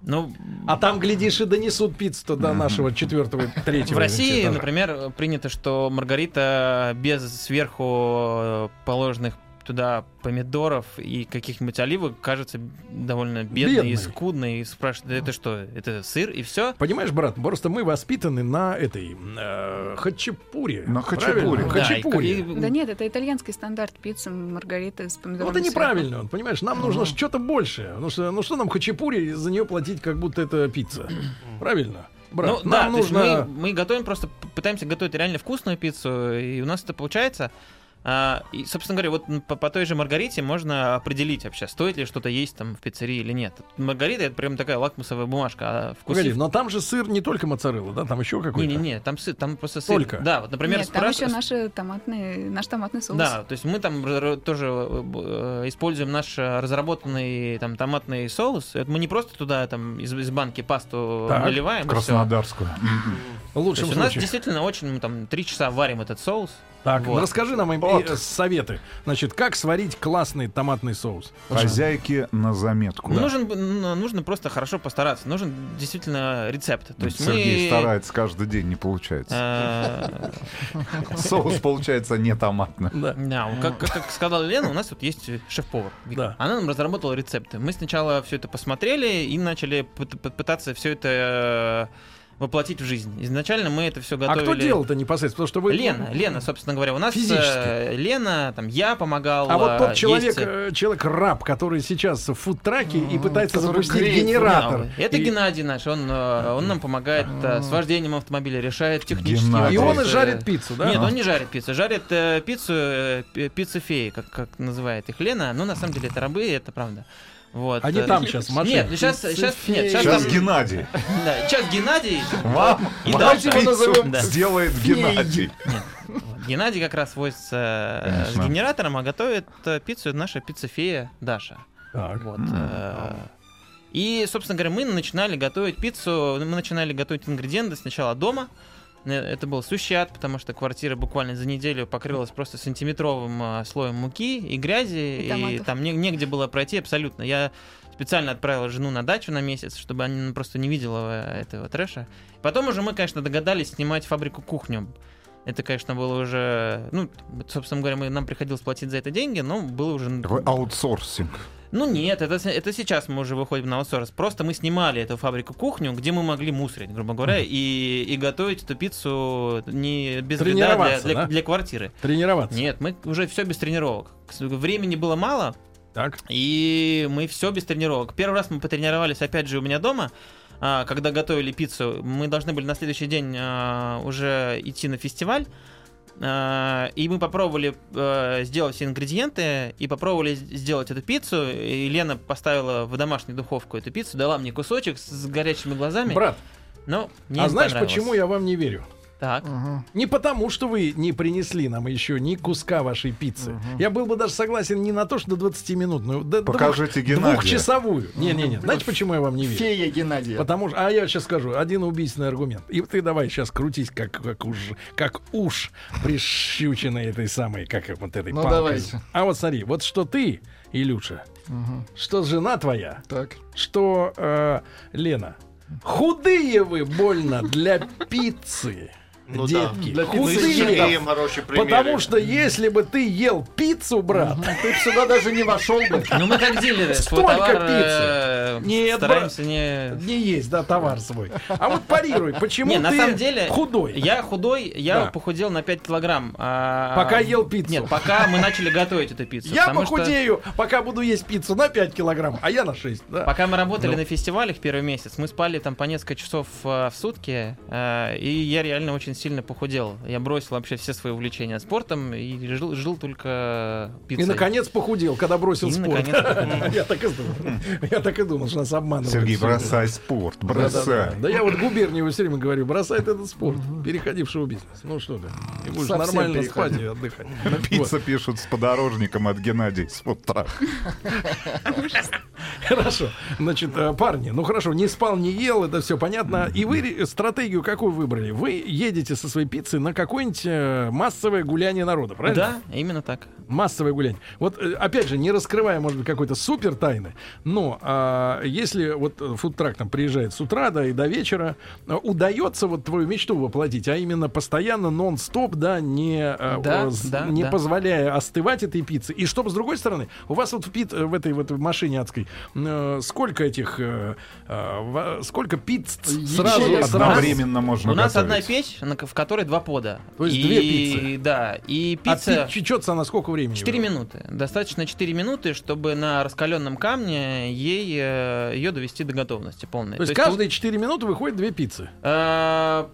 Ну,
А там, глядишь, и донесут пиццу до нашего четвертого, третьего.
в России,
этажа.
например, принято, что Маргарита без сверху положенных туда помидоров и каких-нибудь оливок кажется довольно бедной
Бедной.
и скудной. И спрашивают, «Да это что, это сыр и все?
Понимаешь, брат, просто мы воспитаны на этой э, хачапуре.
На
Правильно?
хачапуре.
Хачапуре.
Ну,
Да нет, это итальянский стандарт пиццы маргарита с
Ну,
помидорами.
это
сверху.
неправильно, он, понимаешь, нам нужно что-то большее. Потому что, ну что нам хачапури и за нее платить, как будто это пицца. Правильно?
Ну
Брат,
да,
нам
то есть
нужно...
мы, мы готовим просто, п- пытаемся готовить реально вкусную пиццу, и у нас это получается. А, и, собственно говоря, вот м, по, по той же Маргарите можно определить вообще, стоит ли что-то есть там в пиццерии или нет. Маргарита это прям такая лакмусовая бумажка, а
Погоди,
вкусив...
но там же сыр не только моцарелла, да, там еще какой-то.
Не-не-не, там сыр, там просто сыр.
Только?
Да, вот, например,
Нет, там
спра-
еще наши томатные, наш томатный соус.
Да, то есть мы там р- р- тоже э, б- э, используем наш э, разработанный там томатный соус. Это мы не просто туда там из, из банки пасту
Так,
наливаем. и всё.
Краснодарскую.
В
То
лучшем
есть у нас
случае.
действительно очень мы там три часа варим этот соус.
Так,
Вот.
расскажи нам э,
Вот.
э, советы. Значит, как сварить классный томатный соус?
Хозяйки на
Ну
заметку.
Ну, Нужен, б- н- нужно просто хорошо постараться. Нужен действительно рецепт. То есть
Сергей
мы,
старается каждый день, не получается.
э,
А.
Соус получается не томатный.
Да.
Да, вот как, как- как сказала Лена, у нас вот есть э, шеф-повар. Вика.
Да.
Она нам разработала рецепты. Мы сначала все это посмотрели и начали пыт- пыт- пытаться все это э, воплотить в жизнь. Изначально мы это все
А
готовили.
кто делал-то непосредственно? Потому что вы... ну,
Лена, Лена, собственно говоря, у нас э,
Физически.
Лена, там я помогал.
А вот тот
э,
человек,
есть, э,
э, человек-раб, который сейчас в фудтраке и пытается
который
запустить
греет.
генератор.
Да, Это
И- А.
Геннадий наш, он, э, он нам помогает э, с вождением автомобиля, решает технические
Геннадий.
И он и
вопросы.
жарит пиццу, да?
Нет, он не жарит пиццу. Жарит э, пиццу э, пи- пиццефеи, как, как называет их Лена. Но на самом деле это рабы, и это правда. Вот.
Они
э,
там щас, в машине.
Нет, ну сейчас, сейчас, нет, сейчас,
Сейчас Геннадий.
сейчас Геннадий.
Вам
И
вам
дальше
его
пиццу
назовем
Да.
сделает Геннадий.
Вот, Геннадий как раз возится э, с
Конечно.
генератором, а готовит э, пиццу наша пиццефея Даша.
Так.
Вот. э, И, собственно говоря, мы начинали готовить пиццу. Мы начинали готовить ингредиенты сначала дома. Э, Это был сущий ад, потому что квартира буквально за неделю покрылась просто сантиметровым э, слоем муки и грязи,
И
и,
томатов.
там не- негде было пройти абсолютно. Я специально отправил жену на дачу на месяц, чтобы она ну, просто не видела э, этого трэша. Потом уже мы, конечно, догадались снимать фабрику кухню. Это, конечно, было уже... Ну, собственно говоря, мы, нам приходилось платить за это деньги, но было уже...
Такой аутсорсинг.
Ну нет, это, с- это сейчас мы уже выходим на аутсорс. Просто мы снимали эту фабрику-кухню, где мы могли мусорить, грубо говоря, и, и готовить эту пиццу не без вреда для,
Тренироваться,
для,
да?
для квартиры.
Тренироваться.
Нет, мы уже все без тренировок. К с- Времени было мало,
Так.
и мы все без тренировок. Первый раз мы потренировались, опять же, у меня дома. а, Когда готовили пиццу, мы должны были на следующий день а, уже идти на фестиваль. А, И мы попробовали э, сделать все ингредиенты и попробовали с- сделать эту пиццу. И Лена поставила в домашнюю духовку эту пиццу, дала мне кусочек с с горячими глазами.
Брат,
но мне
а
не
знаешь,
понравилось.
почему я вам не верю?
Так.
Не потому, что вы не принесли нам еще ни куска вашей пиццы. Я был бы даже согласен не на то, что до 20 минут, но до
Покажите
двух,
Геннадия.
двухчасовую. Не-не-не. Знаете, почему я вам не верю?
Фея Геннадия.
Потому что, а я сейчас скажу, один убийственный аргумент. И ты давай сейчас крутись, как, как уж, как уж прищученной этой самой, как вот этой
Ну,
палкой.
давайте.
А вот смотри, вот что ты, Илюша, что жена твоя,
Так.
что э, Лена. Худые вы больно для пиццы.
Ну да.
детки,
Для пиццы
Мы с
худые.
Сергеем хороший пример.
Потому что если бы ты ел пиццу, брат,
Ты б сюда даже не вошел бы.
Ну мы как дилеры. свой
Столько
товар,
пиццы.
э,
Нет,
стараемся не...
не есть, да, товар свой. А вот парируй, почему
Не,
ты
на самом деле,
худой?
Я худой, я
Да.
похудел на 5 килограмм. а-
Пока ел пиццу.
Нет, пока мы начали готовить эту пиццу.
Я
потому что
похудею, пока буду есть пиццу на 5 килограмм, а я на 6. Да.
Пока мы работали
Ну.
на фестивалях первый месяц, мы спали там по несколько часов э, в сутки, э, и я реально очень сильно похудел. Я бросил вообще все свои увлечения спортом и жил, жил только пиццей.
И, наконец, похудел, когда бросил
И,
спорт.
наконец, похудел.
Я так и думал. Я так и думал, что нас обманывают.
Сергей,
всегда.
бросай спорт,
Да, да, да.
бросай.
Да я вот Губерниеву все время говорю, бросай ты этот спорт, переходи в шоу-бизнес. Ну что ты, и будешь
Совсем
нормально
переходи.
спать и отдыхать.
Пицца пишут с подорожником от Геннадия с утра.
Хорошо. Значит, э, парни, ну хорошо, не спал, не ел, это все понятно. И вы ре- стратегию какую выбрали? Вы едете со своей пиццей на какое-нибудь э, массовое гуляние народа, правильно?
Да, именно так.
Массовое гуляние. Вот, э, опять же, не раскрывая, может быть, какой-то супер тайны, но а, если вот э, фудтрак там приезжает с утра, да, и до вечера, э, удается вот твою мечту воплотить, а именно постоянно, нон-стоп, да, не, э,
Да,
о, с-
да,
не
да.
позволяя остывать этой пиццы. И чтобы, с другой стороны, у вас вот в, пит, э, в этой вот машине адской э, сколько этих, э, э, ва- сколько пиц сразу,
Ячеек.
сразу
Одновременно можно
У нас одна
готовить.
печь, на ко- в которой два пода.
То есть
И-
две пиццы.
Да, и
А
пицца...
пи- чечется она сколько времени?
4 минуты. Достаточно 4 минуты, чтобы на раскаленном камне ей, э, ее довести до готовности полной.
То есть
тут,
каждые 4 минуты выходит две пиццы.
э,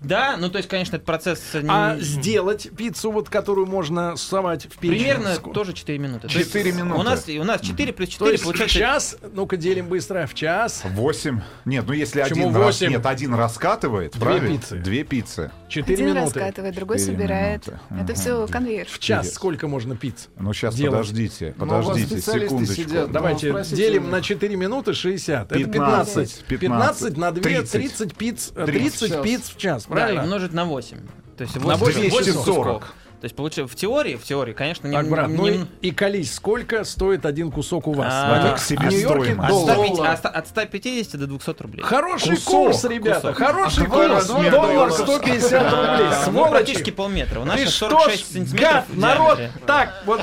да, ну то есть, конечно, этот процесс... не-
А сделать пиццу, вот которую можно совать в печь?
Примерно
Ск-
тоже 4 минуты. То
Четыре
есть
минуты.
У нас, у нас 4 плюс 4
То есть в
получается...
час, ну-ка делим быстро, в час
Восемь. Нет, ну если
Почему
один раз...
восемь?
Нет, один раскатывает, правильно?
пиццы.
Две пиццы.
4
Один
минуты.
раскатывает, другой
Четыре
собирает.
минуты.
Это
Мгм.
все конвейер.
В час
Интересно.
сколько можно пиц?
Ну сейчас
Делать.
подождите,
Ну, у вас
подождите,
специалисты
секундочку. Ну,
сидят,
Да.
Давайте
Ну, спросите у
делим
них.
на 4 минуты 60.
15,
это 15. 15 на 2, 30,
30.
пиц, э,
30
30
сейчас.
пиц в час,
Да, ну, и
правильно?
умножить на 8. То есть
На
8,
240.
То есть получи- в теории, в теории, конечно, не,
так, брат,
не-
ну и, и колись, сколько стоит один кусок у вас?
А,
В
так,
Нью- в
себестоимость.
Нью-Йорке
От
от,
доллар.
150, от ста- от 150 до 200 рублей.
Хороший
Кусок,
курс, ребята,
кусок.
хороший
Какой
курс.
размер
Доллар
доллара?
150 рублей.
А, ну,
Сволочи.
практически полметра. У нас
Ты
сейчас
что
46
ж,
сантиметров.
гад,
в
народ,
диаметре.
так, вот,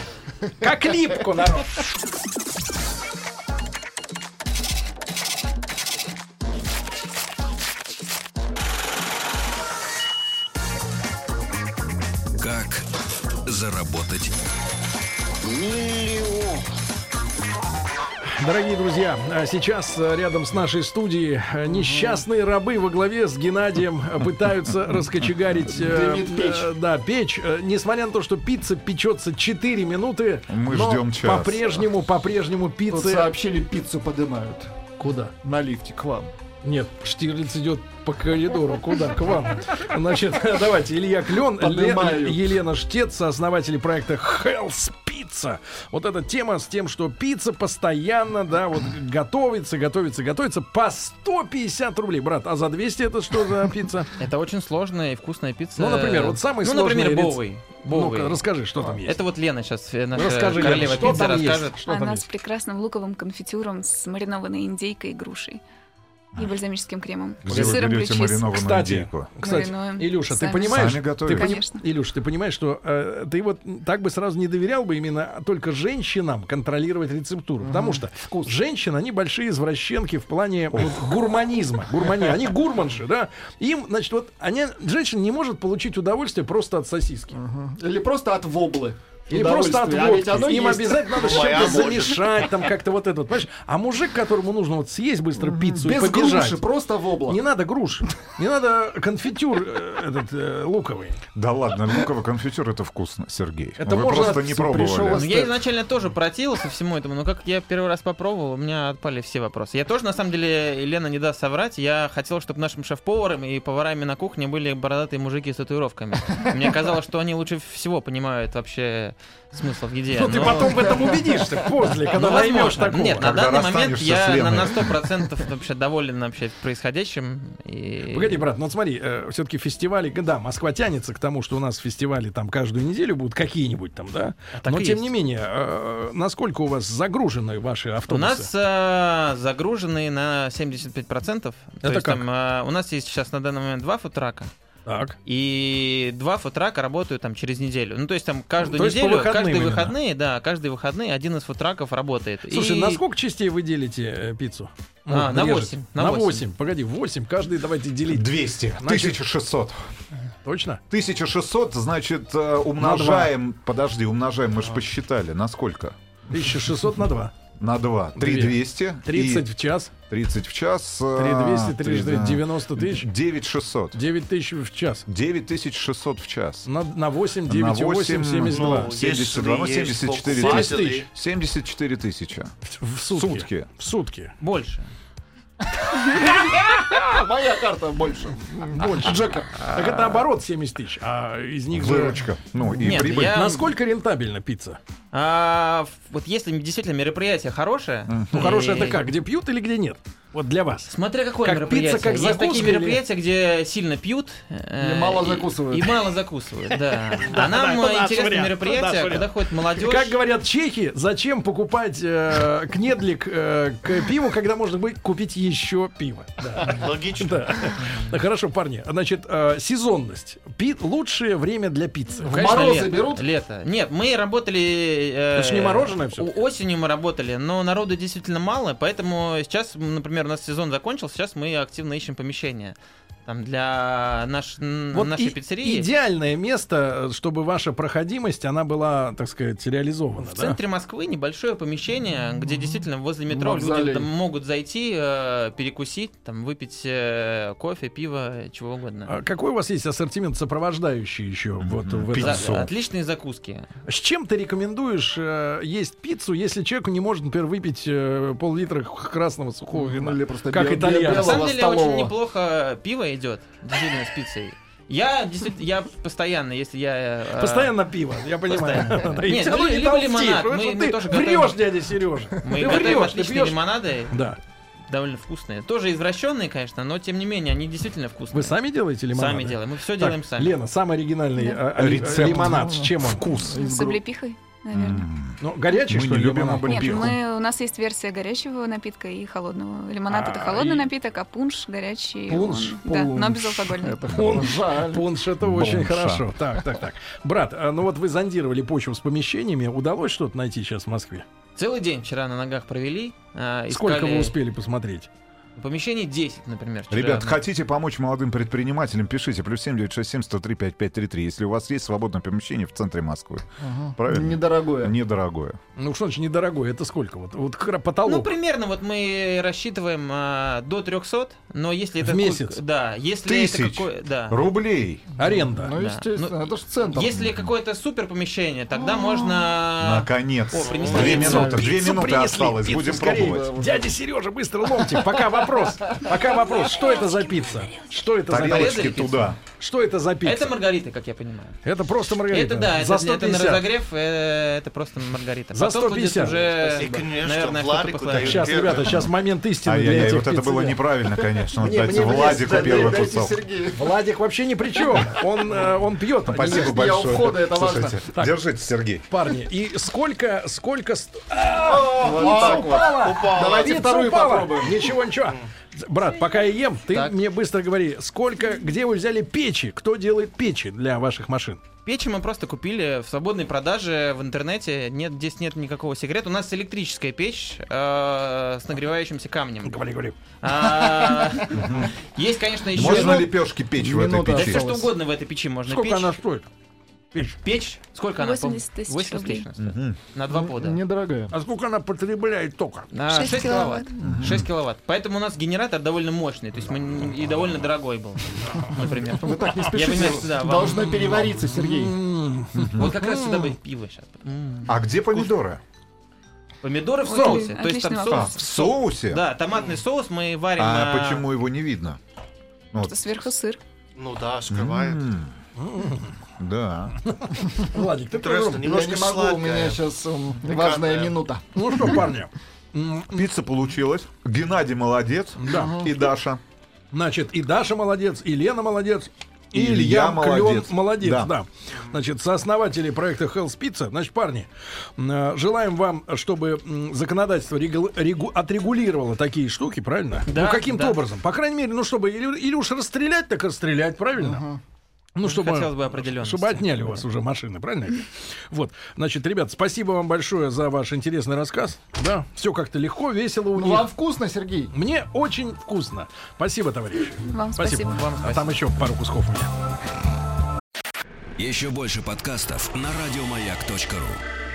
как липку, народ.
Как заработать?
Дорогие друзья, а сейчас э, рядом с нашей студией э, несчастные рабы во главе с Геннадием э, пытаются раскочегарить э,
Дымит печь.
э, да, печь. Э, Несмотря на то, что пицца печется 4 минуты,
Мы
но
ждем час.
по-прежнему, по-прежнему
Тут
пиццы...
сообщили, пиццу поднимают.
Куда?
На лифте к вам.
Нет, Штирлиц идет по коридору. Куда? К вам. Значит, давайте. Илья Клен,
Поднимаю.
Ле- Елена Штец, сооснователи проекта Hell's Pizza. Вот эта тема с тем, что пицца постоянно, да, вот готовится, готовится, готовится по 150 рублей. Брат, а за 200 это что за пицца?
Это очень сложная и вкусная пицца.
Ну, например, вот самый
Ну,
сложный
например,
рец-
боевый.
Ну-ка, расскажи, что там есть.
А, Это вот Лена сейчас, наша
Расскажи, Лена,
королева
что
пиццы,
там
расскажет.
есть? Что там
Она с
есть?
прекрасным луковым конфитюром, с маринованной индейкой и грушей. И бальзамическим кремом.
Где
и
вы
сыром
берете
блю чиз.
маринованную
Кстати,
индейку?
Кстати,
Маринуем.
Илюша, ты
Сами.
понимаешь,
Сами
ты
готовим.
пони-
Конечно.
Илюш, ты понимаешь, что э, ты вот так бы сразу не доверял бы именно только женщинам контролировать рецептуру, потому что женщины, они большие извращенки в плане вот, гурманизма, гурмани, они гурманши, да? Им, значит, вот они женщина не может получить удовольствие просто от сосиски.
Или просто от воблы.
Или просто от
удовольствие. А
водки.
ведь оно
Им
есть.
обязательно надо с
Ну, а я
чем-то
может.
замешать, там как-то вот это вот. Понимаешь? А мужик, которому нужно вот съесть быстро пиццу и
Без
побежать.
груши, просто в облак.
Не надо груш. Не надо конфитюр э, этот э, луковый.
Да ладно, ну, луковый конфитюр это вкусно, Сергей.
Это
Вы
можно
просто не
отсюда
пробовали.
пришел.
Ну, Я изначально тоже противился всему этому, но как я первый раз попробовал, у меня отпали все вопросы. Я тоже, на самом деле, Елена не даст соврать, я хотел, чтобы нашим шеф-поваром и поварами на кухне были бородатые мужики с татуировками. Мне казалось, что они лучше всего понимают вообще смысл в еде.
Ну, ты
но-
потом в этом убедишься после, когда
Э, Ну,
наймешь
возможно.
такого.
Нет, на
Когда
данный
расстанешься
момент
с
я на-
Леной.
на 100% вообще доволен вообще происходящим. и-
Погоди, брат, ну вот смотри, все-таки фестивали, да, Москва тянется к тому, что у нас фестивали там каждую неделю будут какие-нибудь там, да.
А так
Но
и
тем
есть.
не менее, э, насколько у вас загружены ваши
У
автобусы?
нас э, загружены на 75%.
Это
то есть
как?
там, э, у нас есть сейчас на данный момент два футрака.
так.
И два футрака работают там через неделю. Ну, то есть там каждую
То есть по
неделю,
выходным
каждые
именно.
выходные, да, каждые выходные один из футраков работает.
Слушай,
И-
на сколько частей вы делите э, пиццу?
А, на
режете.
восемь, на
На
восемь.
8. Погоди, 8. Каждый давайте делить.
200.
Значит-
1600.
Точно?
1600, значит, э, умножаем... Подожди, умножаем, мы же посчитали. На сколько?
1600 на 2.
На 2.
Две.
3200.
30
И
в час.
30 в час. э,
3200, 30, 90 тысяч.
9600.
9000 в час.
9600 в час.
На, на 8,
На
9, 8,
восемь,
72.
ну,
72, ну,
Если есть
74
покупатели.
74 тысячи.
в сутки.
сутки.
В сутки.
Больше.
А моя карта больше.
Больше. Джека. Так это оборот 70 тысяч, а из них же-
Выручка. Ну и
Нет,
прибыль.
я-
Насколько рентабельна пицца?
А, в- вот если действительно мероприятие хорошее...
Ну,
и-
хорошая это как? Где пьют или где нет? Вот для вас.
Смотря какое
Как
мероприятие.
пицца, как
Есть такие
закуска или-
мероприятия, где сильно пьют. э,
И мало закусывают.
И, мало закусывают, да. А нам э, интересно мероприятие, когда ходит молодежь.
Как говорят чехи, зачем покупать э, кнедлик э, к пиву, когда можно быть купить еще пиво?
Логично.
Да. Да, Хорошо, парни. Значит, э, сезонность. Пи- лучшее время для пиццы.
Конечно,
Морозы
лето,
берут?
Лето. Нет, мы работали... э,
Это ж не мороженое всё.
о- Осенью мы работали, но народу действительно мало, поэтому сейчас, м, например, у нас сезон закончился, сейчас мы активно ищем помещение. Там для наш, н-
Вот
нашей
и-
пиццерии.
Идеальное место, э, чтобы ваша проходимость, она была, так сказать, реализована.
В
да?
центре Москвы небольшое помещение, где действительно возле метро люди
Мавзолей.
там могут зайти, э, перекусить, там выпить э, кофе, пиво, чего угодно.
А Какой у вас есть ассортимент сопровождающий еще вот в
За-
этом?
пиццу.
отличные закуски.
С чем ты рекомендуешь э, есть пиццу, если человек не может, например, выпить э, пол-литра х- красного сухого вина?
Ну, или просто
как
бе- бе-
итальянцы.
На
белого
самом деле очень
столового.
неплохо пиво идет, действительно с пиццей. Я действительно, я постоянно, если я э,
Постоянно пиво, я понимаю.
постоянно.
Да, и
Нет,
всё равно
ну,
и
либо
толстишь,
лимонад.
потому
Мы-
что
мы
ты
тоже
врешь,
готовим.
дядя Сережа.
мы
ты
готовим
врешь, ты
отличные
пьешь.
лимонады,
Да.
довольно вкусные, тоже извращенные, конечно, но тем не менее они действительно вкусные.
Вы сами делаете лимонад?
Сами делаем, мы все
Так,
делаем сами.
Лена, самый оригинальный э, э,
Рецепт.
лимонад. С чем он?
Вкус.
С облепихой, наверное.
Ну, горячий,
Мы
что
не
ли,
любим
лимонад?
облепиху.
Нет,
Пиху.
мы, у нас есть версия горячего напитка и холодного. Лимонад
А,
это холодный
и-
напиток, а пунш горячий.
Пунш,
он- Да, но
пунш.
безалкогольный.
Это
Он-
жаль.
Пунш это
Бомжа.
очень хорошо. Так, так, так. Брат, а ну вот вы зондировали почву с помещениями. Удалось что-то найти сейчас в Москве?
Целый день вчера на ногах провели. э, искали
Сколько вы успели посмотреть?
Помещений 10, например. вчера. Ну,
Ребят,
Мы-
хотите помочь молодым предпринимателям, пишите. Плюс 7967 103 5533, если у вас есть свободное помещение в центре Москвы. Правильно?
Недорогое.
Недорогое.
Ну, что значит недорогой? Это сколько? Вот, вот хра-
Ну,
потолок.
примерно вот мы рассчитываем а, до 300, но если
В
это...
месяц?
какой- Да, если это
Тысяч?
какое... Да.
Рублей.
Ну,
Аренда. Ну,
естественно, это же центр.
Если какое-то супер помещение,
А,
тогда можно...
Наконец.
А. О, принесли
Две
пиццу.
минуты. Две
Пиццу
минуты
принесли,
осталось.
пиццу
Будем
скорее.
пробовать.
Дядя Сережа, быстро ломтик. Пока вопрос. Пока вопрос. Что это за пицца? Что это за пицца?
Тарелочки
нарезали пиццу?
туда.
Что это за пицца?
Это маргарита, как я понимаю.
Это просто маргарита.
Это да,
за
это, для- это
150.
на разогрев, э, это просто маргарита.
За
Потом будет
150.
уже,
И, конечно,
наверное, что-то
Владику
посложнее.
дают.
Сейчас, ребята, сейчас момент истины для
Ай-яй-яй,
этих
вот это было
пиццерий.
неправильно, конечно. Вот Дайте
мне
Владику
влезть, да,
первый
дайте
кусок.
Сергею.
Владик вообще ни при чем. Он, э, он пьет. а не ест.
Спасибо
Я у
большое.
входа, это важно.
Слушайте, держите, Сергей.
Парни, и сколько, сколько... ст-
Вот так вот.
Упал.
А, Давайте
Пицца
вторую
упала.
попробуем.
Ничего, ничего. Брат, пока я ем, ты мне быстро говори, сколько, где вы взяли печи? Кто делает печи для ваших машин?
Печи мы просто купили в свободной продаже в интернете. Нет, здесь нет никакого секрета. У нас электрическая печь э, с нагревающимся камнем.
Говори, говори.
А, Есть, конечно, еще...
Можно лепешки печь в этой
минута
Да
печи?
все
осталось.
что угодно в этой печи можно
Сколько
печь.
она стоит?
Печь. Сколько она?
80 тысяч
80
рублей.
тысяч. она стоит. На
Ну,
два пода.
Недорогая.
А сколько она потребляет тока?
На
6 киловатт.
6 А, киловатт. Поэтому у нас генератор довольно мощный, то есть мы н- и довольно дорогой был, например.
Вы так не
Я
спешите.
понимаю, что да, вам-
Должно перевариться, Сергей.
М,
Вот как раз сюда бы пиво сейчас.
А где помидоры?
Помидоры в
Ой,
соусе. То есть
отличный
там
А,
соус.
вопрос.
в соусе?
Да, томатный соус мы варим.
А
на-
почему его не видно?
Что сверху сыр.
Ну да, скрывает.
М. Да.
Владик, ты
Интересно,
тоже.
Я
немножко
не могу, у
сладкое.
меня сейчас м,
Пикантное.
важная минута.
Ну что, парни, м,
Пицца получилась. Геннадий молодец.
да.
И Даша.
Значит, и Даша молодец, и Лена молодец. И
Илья
Илья молодец.
молодец.
молодец,
Да.
да. Значит, сооснователи проекта Health Pizza. Значит, парни, м, э, желаем вам, чтобы м, законодательство регу- регу- отрегулировало такие штуки, правильно?
Да,
ну, каким-то
да.
образом. По крайней мере, ну, чтобы или, или уж расстрелять, так расстрелять, правильно? Ну, чтобы,
хотелось бы определенности.
чтобы отняли у вас уже машины, правильно? Вот, значит, ребят, спасибо вам большое за ваш интересный рассказ. Да, все как-то легко, весело у
Ну,
них.
Вам вкусно, Сергей?
Мне очень вкусно. Спасибо, товарищи.
Вам спасибо.
Вам
А
спасибо.
там еще пару кусков у меня.
Еще больше подкастов на радиомаяк.ру.